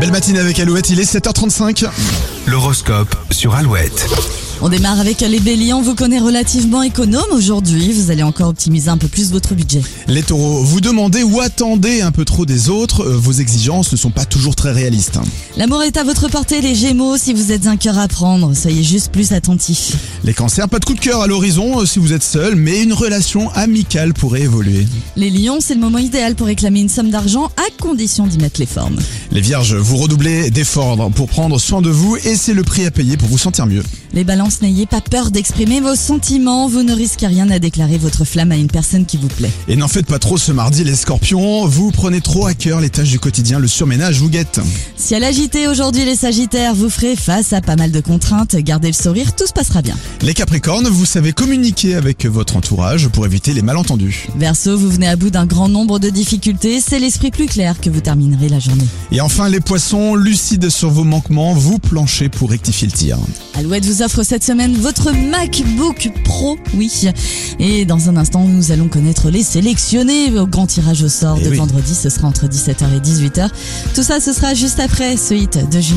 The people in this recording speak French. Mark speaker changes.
Speaker 1: Belle matinée avec Alouette, il est 7h35.
Speaker 2: L'horoscope sur Alouette.
Speaker 3: On démarre avec les béliers, on vous connaît relativement économe aujourd'hui, vous allez encore optimiser un peu plus votre budget.
Speaker 1: Les taureaux, vous demandez ou attendez un peu trop des autres, euh, vos exigences ne sont pas toujours très réalistes. hein.
Speaker 3: L'amour est à votre portée les gémeaux, si vous êtes un cœur à prendre, soyez juste plus attentifs.
Speaker 1: Les cancers, pas de coup de cœur à l'horizon euh, si vous êtes seul, mais une relation amicale pourrait évoluer.
Speaker 3: Les lions, c'est le moment idéal pour réclamer une somme d'argent à condition d'y mettre les formes.
Speaker 1: Les vierges, vous redoublez d'efforts pour prendre soin de vous et c'est le prix à payer pour vous sentir mieux.
Speaker 3: Les balances, n'ayez pas peur d'exprimer vos sentiments, vous ne risquez rien à déclarer votre flamme à une personne qui vous plaît.
Speaker 1: Et n'en faites pas trop ce mardi les scorpions, vous prenez trop à cœur les tâches du quotidien, le surménage vous guette.
Speaker 3: Ciel agité aujourd'hui les sagittaires, vous ferez face à pas mal de contraintes, gardez le sourire, tout se passera bien.
Speaker 1: Les capricornes, vous savez communiquer avec votre entourage pour éviter les malentendus.
Speaker 3: Verseau, vous venez à bout d'un grand nombre de difficultés, c'est l'esprit plus clair que vous terminerez la journée.
Speaker 1: Et enfin les poissons, lucides sur vos manquements, vous planchez pour rectifier le tir.
Speaker 3: Alouette vous offre cette semaine votre MacBook Pro, oui. Et dans un instant, nous allons connaître les sélectionnés au grand tirage au sort
Speaker 1: Eh
Speaker 3: de
Speaker 1: oui.
Speaker 3: vendredi. Ce sera entre 17h et 18h. Tout ça, ce sera juste après ce hit de Julien.